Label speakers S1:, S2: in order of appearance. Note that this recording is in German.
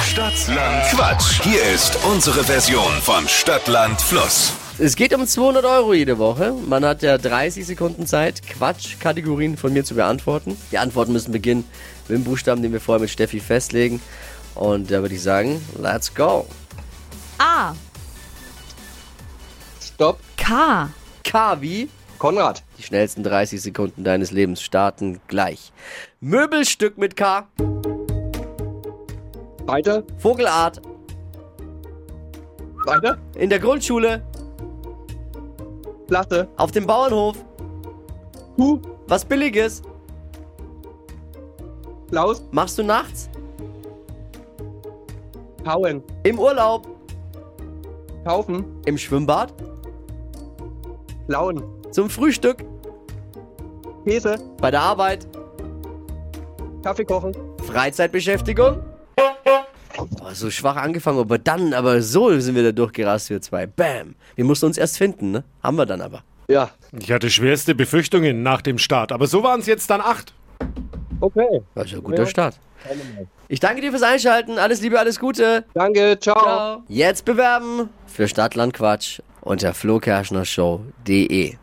S1: Stadtland Quatsch. Hier ist unsere Version von Stadtland Fluss.
S2: Es geht um 200 Euro jede Woche. Man hat ja 30 Sekunden Zeit, Quatsch-Kategorien von mir zu beantworten. Die Antworten müssen beginnen mit dem Buchstaben, den wir vorher mit Steffi festlegen. Und da würde ich sagen, let's go.
S3: A.
S4: Stopp.
S3: K.
S2: Kavi,
S4: Konrad.
S2: die schnellsten 30 Sekunden deines Lebens starten gleich. Möbelstück mit K,
S4: Weiter.
S2: Vogelart,
S4: Weiter.
S2: in der Grundschule,
S4: Platte.
S2: auf dem Bauernhof,
S4: Hu.
S2: was Billiges.
S4: Klaus.
S2: Machst du nachts?
S4: Kauen.
S2: Im Urlaub?
S4: Kaufen.
S2: Im Schwimmbad?
S4: Klauen.
S2: Zum Frühstück?
S4: Käse.
S2: Bei der Arbeit?
S4: Kaffee kochen.
S2: Freizeitbeschäftigung? Boah, so schwach angefangen, aber dann, aber so sind wir da durchgerast, wir zwei. Bam. Wir mussten uns erst finden, ne? Haben wir dann aber.
S4: Ja.
S5: Ich hatte schwerste Befürchtungen nach dem Start, aber so waren es jetzt dann acht.
S4: Okay.
S2: Das ist ja ein guter Start. Ich danke dir fürs Einschalten. Alles Liebe, alles Gute.
S4: Danke. Ciao.
S2: Jetzt bewerben für Stadtland Quatsch unter flokerschnershow.de.